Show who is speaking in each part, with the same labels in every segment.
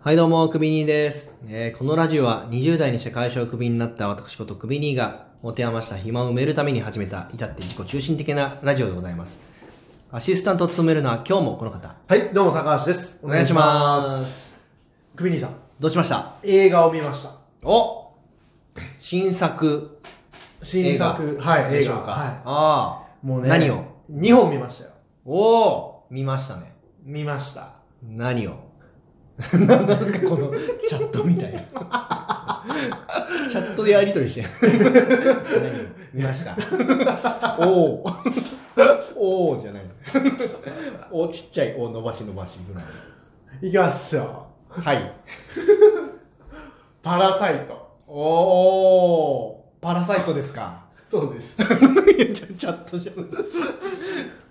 Speaker 1: はいどうも、クビニーです、えーこのラジオは20代にして会社をクビになった私ことクビニーが持て余した暇を埋めるために始めた至って自己中心的なラジオでございます。アシスタントを務めるのは今日もこの方。
Speaker 2: はい、どうも高橋です。。
Speaker 1: お願いしますす。
Speaker 2: クビニーさん、
Speaker 1: どうしました
Speaker 2: 映画を見ました。
Speaker 1: お新作
Speaker 2: 新作、はい、
Speaker 1: で
Speaker 2: 映
Speaker 1: し
Speaker 2: 画。
Speaker 1: ょうか。
Speaker 2: は
Speaker 1: ああ。
Speaker 2: い。もうね、
Speaker 1: 何を
Speaker 2: ?2 本見ましたよ。
Speaker 1: おお見ましたね。
Speaker 2: 見ました。
Speaker 1: 何を何 なんですかこのチャットみたいな。 チャットでやりとりしてる。何を見ました。 おお。おおじゃない。おちっちゃいお伸ばし伸ばしぐらい。
Speaker 2: いきますよ。
Speaker 1: はい。
Speaker 2: パラサイト。
Speaker 1: おおー。パラサイトですか。
Speaker 2: そうで す。
Speaker 1: いやチャチャットじゃない。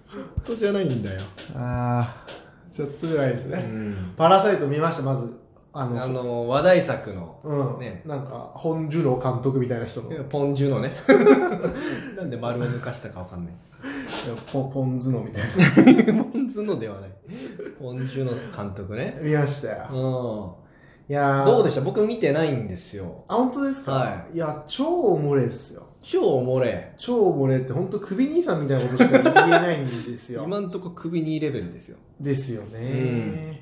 Speaker 1: チャットじゃないんだよ。
Speaker 2: あー、ちょっとじゃないです
Speaker 1: う
Speaker 2: ね。
Speaker 1: ん。
Speaker 2: パラサイト見ました、まず。あの、
Speaker 1: あの話題作の
Speaker 2: うん、
Speaker 1: ね
Speaker 2: なんか、本樹郎監督みたいな人の、
Speaker 1: ポンジュのね。 なんで丸を抜かしたかわかんない。
Speaker 2: ポポンズのみたい
Speaker 1: ポンズのでは ない。ポンジュの監督ね。
Speaker 2: な。見ました
Speaker 1: うん。
Speaker 2: よ。
Speaker 1: ど
Speaker 2: いやー
Speaker 1: うでした僕見てないんですよ。
Speaker 2: あ、本当ですか。
Speaker 1: はい
Speaker 2: いや、超おもれっすよ。
Speaker 1: 超おもれ。
Speaker 2: 超おもれって、ほんとクビ兄さんみたいなことしか言えないんですよ。
Speaker 1: 今んとこ首にレベルですよ。
Speaker 2: ですよね、
Speaker 1: うん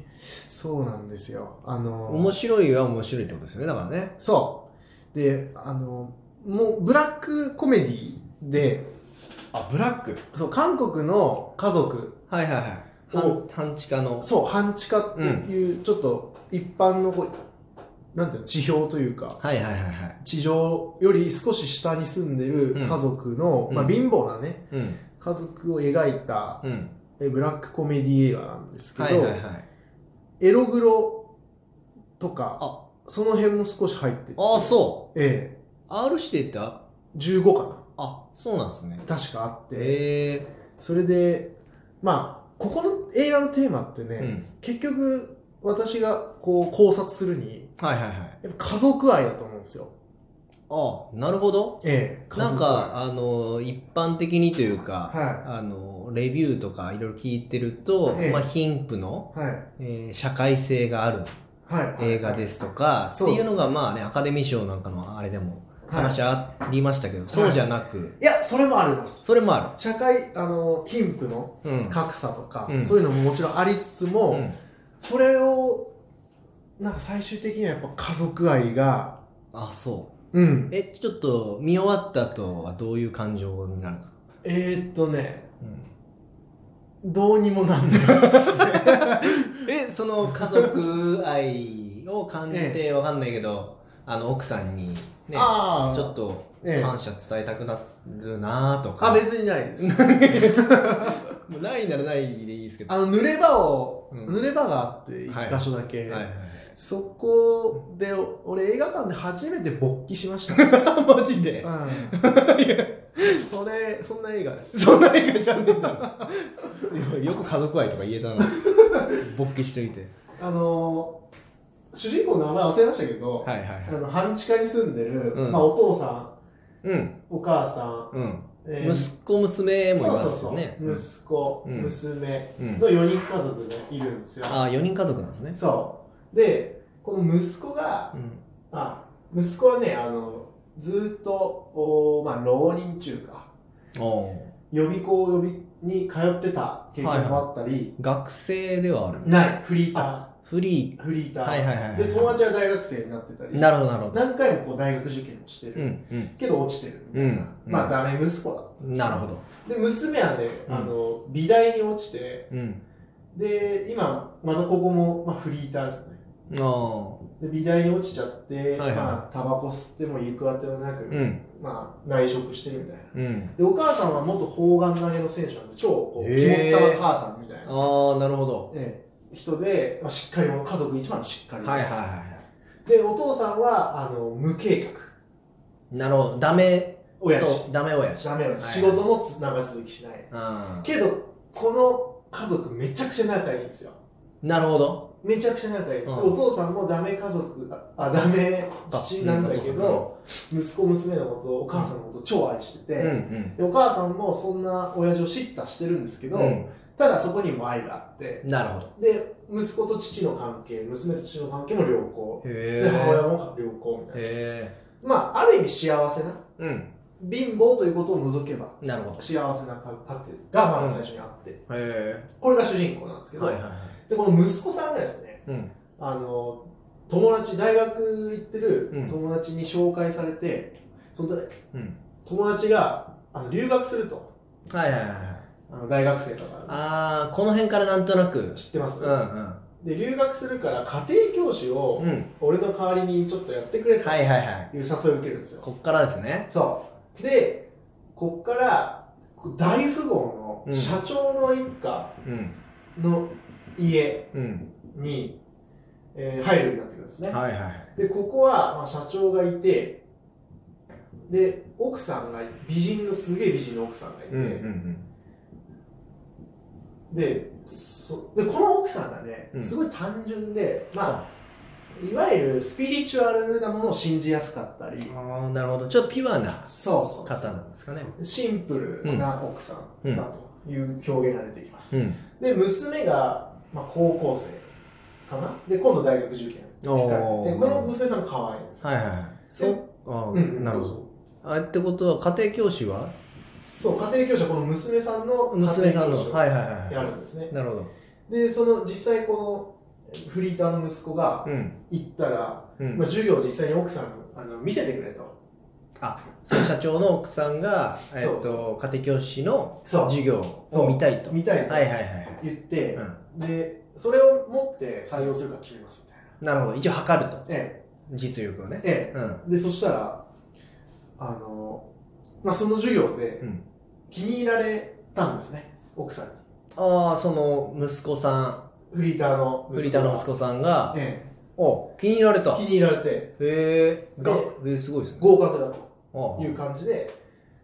Speaker 2: そうなんですよあの
Speaker 1: 面白いは面白いってことですよね。だからね。
Speaker 2: そうであのもうブラックコメディで
Speaker 1: あ、ブラック。
Speaker 2: そう韓国の家族
Speaker 1: はいはいはい。半
Speaker 2: お
Speaker 1: 半地下の。
Speaker 2: そう半地下っていう、ちょっと一般のこうなんていうの地表というか
Speaker 1: はいはいはいはい。
Speaker 2: 地上より少し下に住んでる家族の、
Speaker 1: うん
Speaker 2: まあ、
Speaker 1: うん
Speaker 2: 貧乏なね
Speaker 1: うん。
Speaker 2: 家族を描いた
Speaker 1: うん。
Speaker 2: えブラックコメディ映画なんですけど、
Speaker 1: はいはいはい。
Speaker 2: エログロとか
Speaker 1: あ、
Speaker 2: その辺も少し入ってて
Speaker 1: あそ
Speaker 2: ええ
Speaker 1: う。R 指定ってあ、
Speaker 2: 15か
Speaker 1: あ、そうなんですね。
Speaker 2: な確かあって、
Speaker 1: へえ
Speaker 2: それでまあここの映画のテーマってね、
Speaker 1: うん。
Speaker 2: 結局私がこう考察するに
Speaker 1: はいはいはい。
Speaker 2: やっぱ家族愛だと思うんですよ
Speaker 1: あ、なるほど。
Speaker 2: ええ家
Speaker 1: なん
Speaker 2: 族
Speaker 1: か、
Speaker 2: 愛
Speaker 1: あの、一般的にというか、
Speaker 2: は
Speaker 1: あの、レビューとかいろいろ聞いてると、
Speaker 2: ええ
Speaker 1: まあ、貧富の、
Speaker 2: いはい
Speaker 1: えー社会性がある
Speaker 2: はいはい、
Speaker 1: 映画ですすとか、
Speaker 2: そう
Speaker 1: っ
Speaker 2: です
Speaker 1: ていうのが、まあね、アカデミー賞なんかのあれでも
Speaker 2: はい、
Speaker 1: 話ありましたけど、そうじゃなく、
Speaker 2: いやそれもあります
Speaker 1: それもあ
Speaker 2: 社会あの貧富の
Speaker 1: る。うん。
Speaker 2: 格差とか、
Speaker 1: うん
Speaker 2: そういうのももちろんありつつも、
Speaker 1: うん
Speaker 2: それをなんか最終的にはやっぱ家族愛が
Speaker 1: あ、そう。
Speaker 2: うん
Speaker 1: え、ちょっと、見終わった後はどういう感情になるんですか、
Speaker 2: えー、っとね
Speaker 1: うん、
Speaker 2: どうにもなんないです ね
Speaker 1: え、その家族愛を感じて、わかんないけど、あの、奥さんに、ね、
Speaker 2: ああ
Speaker 1: ちょっと
Speaker 2: ええ
Speaker 1: 感謝伝えたくなるなとか、
Speaker 2: あ別にないです
Speaker 1: もうないならないでいいですけど
Speaker 2: あの濡れ場を、
Speaker 1: うん
Speaker 2: 濡れ場があって一箇所だけ、
Speaker 1: はいはいはい
Speaker 2: そこで俺映画館で初めて勃起しました、ね、
Speaker 1: あマジで
Speaker 2: うんそれそんな映画です
Speaker 1: そんな映画じゃねえだろよく家族愛とか言えたな勃起しといて
Speaker 2: あのー主人公の名前忘れましたけど、
Speaker 1: はいはい
Speaker 2: あ
Speaker 1: はい
Speaker 2: の半地下に住んでる、
Speaker 1: うん
Speaker 2: まあ、お父さん
Speaker 1: うん
Speaker 2: お母さ
Speaker 1: うん、
Speaker 2: ん、えー
Speaker 1: 息子娘もいますよね
Speaker 2: そうそうそう息子、
Speaker 1: うん
Speaker 2: 娘
Speaker 1: うん
Speaker 2: の4人家族でいるんですよ、
Speaker 1: ああ4人家族なんですね
Speaker 2: そうでこの息子が
Speaker 1: うん
Speaker 2: あ息子はねあのずっとお、まあ、浪人中か
Speaker 1: おー
Speaker 2: 予備校予備に通ってた経験もあったり、
Speaker 1: 学生ではある
Speaker 2: ないフリータ
Speaker 1: フリ
Speaker 2: ーフリータ
Speaker 1: ー
Speaker 2: ー、
Speaker 1: はいはいはい
Speaker 2: で友達は大学生になってたり
Speaker 1: なるほどなるほど
Speaker 2: 何回もこう大学受験をしてる、
Speaker 1: うんうん
Speaker 2: けど落ちてるみたいな、
Speaker 1: うん
Speaker 2: まあダメ息子だ
Speaker 1: なるほど
Speaker 2: で娘はね、
Speaker 1: うん
Speaker 2: あの美大に落ちて
Speaker 1: うん
Speaker 2: で今またここも、まあ、フリーターですね
Speaker 1: ああ
Speaker 2: で美大に落ちちゃって、
Speaker 1: はいはい
Speaker 2: まあタバコ吸っても行くあてもなく、
Speaker 1: うん
Speaker 2: まあ内職してるみたいな
Speaker 1: うん
Speaker 2: でお母さんは元砲丸投げの選手なんで超こう肝
Speaker 1: へー
Speaker 2: った母さんみたいな、
Speaker 1: ああなるほど
Speaker 2: ええ人で、まあ、しっかり者家族一番のしっかり者、
Speaker 1: はいはいはいはい
Speaker 2: でお父さんはあの無計画
Speaker 1: なるほど。ダメ
Speaker 2: 親父
Speaker 1: とダメ親父。
Speaker 2: ダメ親
Speaker 1: はい
Speaker 2: 父仕事もつ長続きしない
Speaker 1: あ
Speaker 2: けどこの家族めちゃくちゃ仲いいんですよ
Speaker 1: ーなるほど。
Speaker 2: めちゃくちゃ仲いいです、
Speaker 1: うん
Speaker 2: お父さんもダメ家族ああダメ父なんだけど、息子娘のことをお母さんのことを超愛してて、
Speaker 1: うんうん。
Speaker 2: でお母さんもそんな親父を叱咤してるんですけど、
Speaker 1: うん
Speaker 2: ただそこにも愛があって、
Speaker 1: なるほど。
Speaker 2: で、息子と父の関係、娘と父の関係も良好。
Speaker 1: へ
Speaker 2: で、母親も良好みたいな。
Speaker 1: へ
Speaker 2: まあ、ある意味幸せな。
Speaker 1: え。うん。
Speaker 2: 貧乏ということを除けば、
Speaker 1: なるほど。
Speaker 2: 幸せな家庭がまず最初にあって、
Speaker 1: へ
Speaker 2: これが主人公なんですけ
Speaker 1: え。
Speaker 2: ど、
Speaker 1: はいはいはい。
Speaker 2: で、この息子さんがですね、
Speaker 1: うん。
Speaker 2: あの友達大学行ってる
Speaker 1: うん
Speaker 2: 友達に紹介されて、その
Speaker 1: うん。
Speaker 2: 友達があの留学すると
Speaker 1: はいはいはいはい。
Speaker 2: あの大学生だから
Speaker 1: あー、この辺からなんとなく。
Speaker 2: 知ってます、
Speaker 1: うん
Speaker 2: で留学するから家庭教師
Speaker 1: う
Speaker 2: を
Speaker 1: ん。うん。
Speaker 2: 俺の代わりにちょっとやってくれという
Speaker 1: はいはいはい。
Speaker 2: 誘いを受けるんですよ、
Speaker 1: こっからですね。
Speaker 2: そうでこっからこう大富豪
Speaker 1: うん
Speaker 2: の社長の一家
Speaker 1: うん。
Speaker 2: の家
Speaker 1: うん。
Speaker 2: に、えー入るようになってくるんですね、
Speaker 1: はいはいはい。
Speaker 2: でここは、まあ、社長がいてで奥さんが美人のすげえ美人の奥さんがいて、
Speaker 1: うんうん
Speaker 2: でそでこの奥さんがね
Speaker 1: うん
Speaker 2: すごい単純で、まあいわゆるスピリチュアルなものを信じやすかったり、
Speaker 1: うん。あー、なるほど。ちょっとピュアな
Speaker 2: そうそう
Speaker 1: 方なんですかね。
Speaker 2: シンプルな奥さんだという表現が出てきます、
Speaker 1: うん。
Speaker 2: で娘が、まあ、高校生かなで今度大学受験控
Speaker 1: お
Speaker 2: え
Speaker 1: ー
Speaker 2: てでこの娘さん可愛いんですよ
Speaker 1: はいはいはい。そう。あ
Speaker 2: うんう
Speaker 1: ー、
Speaker 2: ん
Speaker 1: なるほ
Speaker 2: どう
Speaker 1: ど。
Speaker 2: ぞ
Speaker 1: あってことは、家庭教師は
Speaker 2: そう家庭教師はこの娘さんの
Speaker 1: 娘さん
Speaker 2: 家庭教師
Speaker 1: の。
Speaker 2: を
Speaker 1: はいはいはい
Speaker 2: や
Speaker 1: は
Speaker 2: るんですね
Speaker 1: い。なるほど。
Speaker 2: でその実際このフリーターの息子が
Speaker 1: うん。
Speaker 2: 行ったら、
Speaker 1: う
Speaker 2: まあ、
Speaker 1: ん。
Speaker 2: 授業を実際に奥さんあの見せてくれと
Speaker 1: あ、その社長の奥さんが、
Speaker 2: う
Speaker 1: えっと、家庭教師の
Speaker 2: そう
Speaker 1: 授業を見たいと。
Speaker 2: 見たいと
Speaker 1: はいはいはい
Speaker 2: 言って、
Speaker 1: は。
Speaker 2: でそれを持って採用するか決めますみたいない
Speaker 1: うん。なるほど。一応測ると。
Speaker 2: え
Speaker 1: 実力をね
Speaker 2: え。え
Speaker 1: うん。
Speaker 2: えでそしたらあの、まあ、その授業で
Speaker 1: うん
Speaker 2: 気に入られたんですね奥さんに
Speaker 1: ああ、その息子さ
Speaker 2: フリーターの
Speaker 1: ん、フリーターの息
Speaker 2: 子
Speaker 1: 子さん
Speaker 2: が
Speaker 1: が、
Speaker 2: え
Speaker 1: お気に入られ
Speaker 2: え
Speaker 1: た。
Speaker 2: 気
Speaker 1: へ
Speaker 2: に入られて
Speaker 1: え、が、えすごいですね。
Speaker 2: 合格だと
Speaker 1: あ
Speaker 2: いう感じで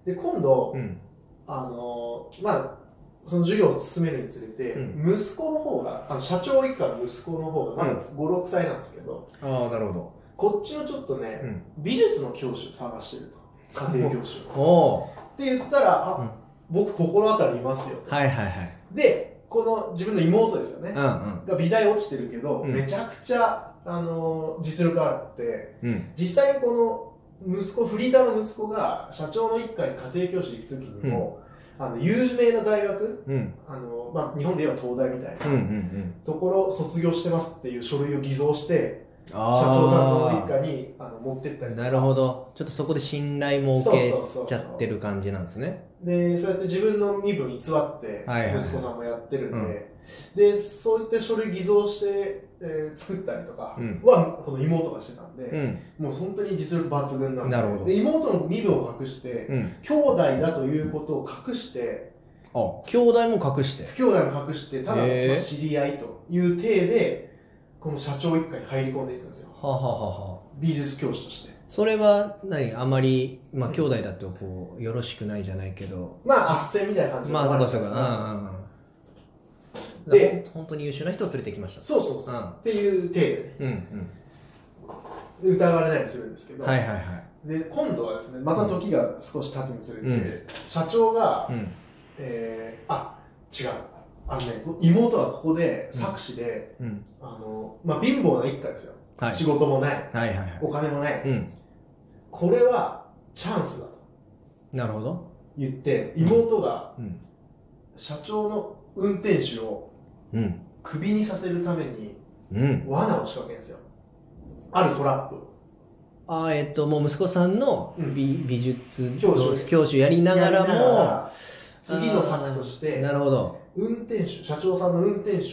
Speaker 2: で今度、
Speaker 1: あうん。
Speaker 2: あのまあその授業を進めるにつれて、
Speaker 1: う
Speaker 2: 息子の方があの社長一家の息子の方がまだ
Speaker 1: うん
Speaker 2: 56歳なんですけど、
Speaker 1: ああ、なるほど。
Speaker 2: こっちのちょっとね、
Speaker 1: うん
Speaker 2: 美術の教師を探してると家庭教師を
Speaker 1: おお
Speaker 2: って言ったらあ、
Speaker 1: うん
Speaker 2: 僕心当たりいますよと、
Speaker 1: ーはいはいはい。
Speaker 2: でこの自分の妹ですよね、
Speaker 1: うん
Speaker 2: が美大落ちてるけど、
Speaker 1: うん
Speaker 2: めちゃくちゃあの実力があって
Speaker 1: うん。うん。
Speaker 2: 実際にこの息子フリーターの息子が社長の一家に家庭教師行く時にも、あの有名な大学、
Speaker 1: うん。
Speaker 2: あのまあ、日本で言えば東大みたいな
Speaker 1: うんうんうん。
Speaker 2: ところを卒業してますっていう書類を偽造して社
Speaker 1: ああ。
Speaker 2: 長さんの一家にあの持ってったり
Speaker 1: なるほど。ちょっとそこで信頼も受けちゃってる感じなんですね。
Speaker 2: でそうやって自分の身分偽って
Speaker 1: はいはいはい
Speaker 2: 息子さんもやってるんで,、
Speaker 1: うん
Speaker 2: でそういった書類偽造して、えー作ったりとか
Speaker 1: うん
Speaker 2: は、この妹がしてたんで、
Speaker 1: うん。
Speaker 2: もう本当に実力抜群なんで
Speaker 1: なるほど
Speaker 2: で妹の身分を隠して、
Speaker 1: うん。
Speaker 2: 兄弟だということを隠して
Speaker 1: あ兄弟も隠して。
Speaker 2: 兄弟も隠してただ、
Speaker 1: へー
Speaker 2: まあ知り合いという体でこの社長一家に入り込んでいくんですよ
Speaker 1: はあはあはあはあ。
Speaker 2: 美術教師として
Speaker 1: それは何あまり、まあ、兄弟だとこう、よろしくないじゃないけど、
Speaker 2: まあ斡旋みたいな感じで
Speaker 1: まあ、そうかそう
Speaker 2: うん
Speaker 1: か。うんうんうん。
Speaker 2: で
Speaker 1: で、本当に優秀な人を連れてきました。
Speaker 2: そうそうそう、
Speaker 1: うん
Speaker 2: っていう体で
Speaker 1: うんうん。
Speaker 2: 疑われないようにするんですけど、
Speaker 1: はいはいはい。
Speaker 2: で今度はですねまた時が少し経つにつれて、
Speaker 1: うん
Speaker 2: 社長が、
Speaker 1: うん。
Speaker 2: えーあ違うあのね妹はここで作詞で、
Speaker 1: うん。
Speaker 2: あのまあ、貧乏な一家ですよ、
Speaker 1: はい。
Speaker 2: 仕事もない
Speaker 1: はいはいはい。
Speaker 2: お金もない、
Speaker 1: うん。
Speaker 2: これはチャンスだと
Speaker 1: なるほど。
Speaker 2: 言って妹が、
Speaker 1: うん。
Speaker 2: 社長の運転手を
Speaker 1: うん。
Speaker 2: クビにさせるために
Speaker 1: うん。
Speaker 2: 罠を仕掛けるんですよあるトラップを
Speaker 1: あーえっと、もう息子さんの
Speaker 2: うん
Speaker 1: 美,、美術
Speaker 2: 教師
Speaker 1: 教師をやりながら
Speaker 2: やりなが
Speaker 1: も、
Speaker 2: ら次の策として
Speaker 1: なるほど。
Speaker 2: 運転手社長さんの運転手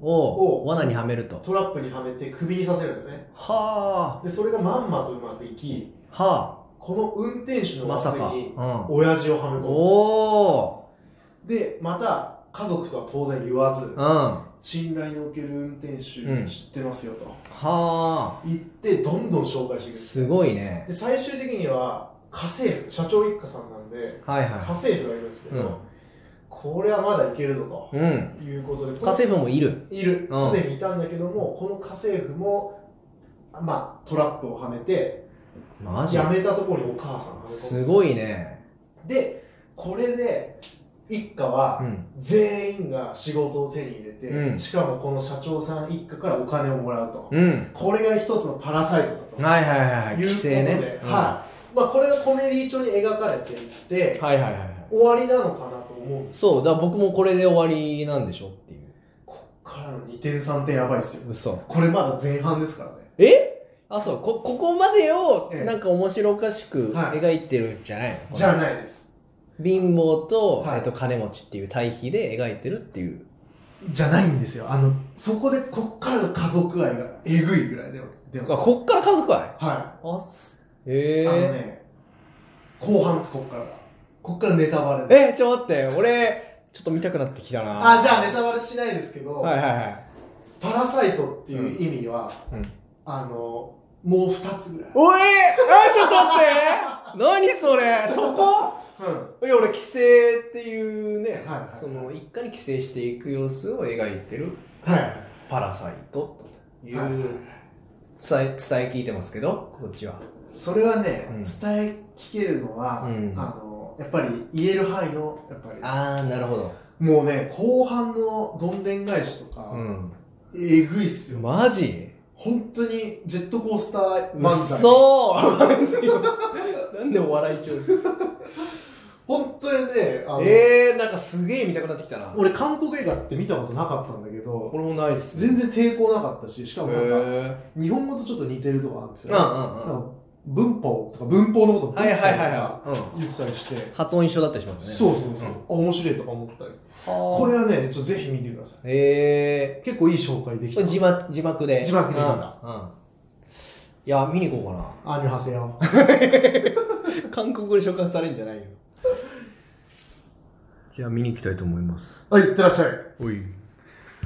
Speaker 1: を
Speaker 2: を
Speaker 1: 罠にはめると。
Speaker 2: トラップにはめてクビにさせるんですね
Speaker 1: は
Speaker 2: でそれがまんまとうまくいき
Speaker 1: あ。は
Speaker 2: この運転手
Speaker 1: あ。
Speaker 2: の
Speaker 1: まさ
Speaker 2: 枠
Speaker 1: か。う
Speaker 2: に
Speaker 1: ん。
Speaker 2: 親父をはめ込むん
Speaker 1: お
Speaker 2: ですでまた家族とは当然言わず
Speaker 1: ー。うん。は
Speaker 2: 信頼のおける運転
Speaker 1: う
Speaker 2: 手
Speaker 1: ん
Speaker 2: 知ってますよと
Speaker 1: あ。
Speaker 2: 言ってどんどん紹介していくんです
Speaker 1: すごいね。
Speaker 2: で最終的には家政婦社長一家さんなんで
Speaker 1: はい
Speaker 2: 家
Speaker 1: は
Speaker 2: 政婦がいるんですけど、
Speaker 1: うん
Speaker 2: これはまだいけるぞと
Speaker 1: い。うん。
Speaker 2: いうことで
Speaker 1: 家政婦もいる。
Speaker 2: いる
Speaker 1: うん
Speaker 2: すでにいたんだけども、この家政婦もまあトラップをはめて
Speaker 1: マジ
Speaker 2: 辞めたところにお母さんが
Speaker 1: す
Speaker 2: い
Speaker 1: ごいね。
Speaker 2: でこれで一家は
Speaker 1: ん。
Speaker 2: 全員が仕事を手に入れて、
Speaker 1: うん
Speaker 2: しかもこの社長さん一家からお金をもらうと、
Speaker 1: うん。
Speaker 2: これが一つのパラサイトだと、
Speaker 1: はいはいはいはい。
Speaker 2: い
Speaker 1: 規
Speaker 2: うこと
Speaker 1: 制
Speaker 2: で、
Speaker 1: ね。うん
Speaker 2: はいまあ、これがコメディ調に描かれていて、
Speaker 1: はいはいはいはい。
Speaker 2: 終わりなのかなと思うんです
Speaker 1: そう、だから僕もこれで終わりなんでしょっていう。
Speaker 2: こっからの2点3点やばいっすよ
Speaker 1: 嘘。
Speaker 2: これまだ前半ですからね
Speaker 1: えあ、そう、こ、ここまでを
Speaker 2: ええ、
Speaker 1: なんか面白おかしく
Speaker 2: はい
Speaker 1: 描いてるんじゃないの
Speaker 2: じゃないです
Speaker 1: 貧乏と、
Speaker 2: はい
Speaker 1: えっと、金持ちっていう対比で描いてるっていう。
Speaker 2: じゃないんですよあのそこでこっからの家族愛がえぐいぐらいでは出
Speaker 1: あ、
Speaker 2: ます
Speaker 1: こっから家族愛
Speaker 2: は
Speaker 1: あっす。
Speaker 2: い、
Speaker 1: へ
Speaker 2: あの
Speaker 1: え。
Speaker 2: ね後半ですこっからがこっからネタバレです
Speaker 1: え、ちょっと待って、俺、ちょっと見たくなってきたな。
Speaker 2: あじゃあネタバレしないですけど、
Speaker 1: はいはいはい。
Speaker 2: パラサイトっていう意味は、
Speaker 1: うん
Speaker 2: あのもう2つぐらい、
Speaker 1: おいあ、ちょっと 待って何それそこ
Speaker 2: うん、
Speaker 1: いや俺帰省っていうね、
Speaker 2: はいはい
Speaker 1: その一家に帰省していく様子を描いてる
Speaker 2: はい
Speaker 1: 「パラサイト」という、
Speaker 2: はいはい
Speaker 1: 伝え伝え聞いてますけどこっちは
Speaker 2: それはね、
Speaker 1: うん
Speaker 2: 伝え聞けるのは、
Speaker 1: うん
Speaker 2: あのやっぱり言える範囲のやっぱり
Speaker 1: ああなるほど
Speaker 2: もうね後半のどんでん返しとか、
Speaker 1: うん
Speaker 2: えぐいっすよ
Speaker 1: マジ
Speaker 2: 本当にジェットコースター
Speaker 1: うっ
Speaker 2: 漫才
Speaker 1: そー なんでお笑い中
Speaker 2: 本当にねあの、
Speaker 1: えー、なんかすげえ見たくなってきたな
Speaker 2: 俺韓国映画って見たことなかったんだけど
Speaker 1: 俺もないっす
Speaker 2: 全然抵抗なかったししか
Speaker 1: へ
Speaker 2: もなんか
Speaker 1: ー
Speaker 2: 日本語とちょっと似てるとこあるんです
Speaker 1: うんう
Speaker 2: よ、
Speaker 1: んうん
Speaker 2: なんか文法とか文法のこと
Speaker 1: はいはいはいはい、うん、
Speaker 2: 言ってたりして、
Speaker 1: 発音一緒だったりしますね
Speaker 2: そうそうそう、
Speaker 1: ん
Speaker 2: あ面白いとか思ったりこ
Speaker 1: こ
Speaker 2: れはねちょっとぜひ見てください
Speaker 1: え
Speaker 2: 結構いい紹介でき
Speaker 1: ー、こ
Speaker 2: た
Speaker 1: れ字幕字幕で
Speaker 2: 字幕で
Speaker 1: う
Speaker 2: 見
Speaker 1: ん、う
Speaker 2: た
Speaker 1: ん、いや見に行こうかな
Speaker 2: アーニョハセヨ
Speaker 1: 韓国語で召喚されるんじゃないよじゃあ見に行きたいと思います
Speaker 2: はいいってらっしゃい
Speaker 1: おい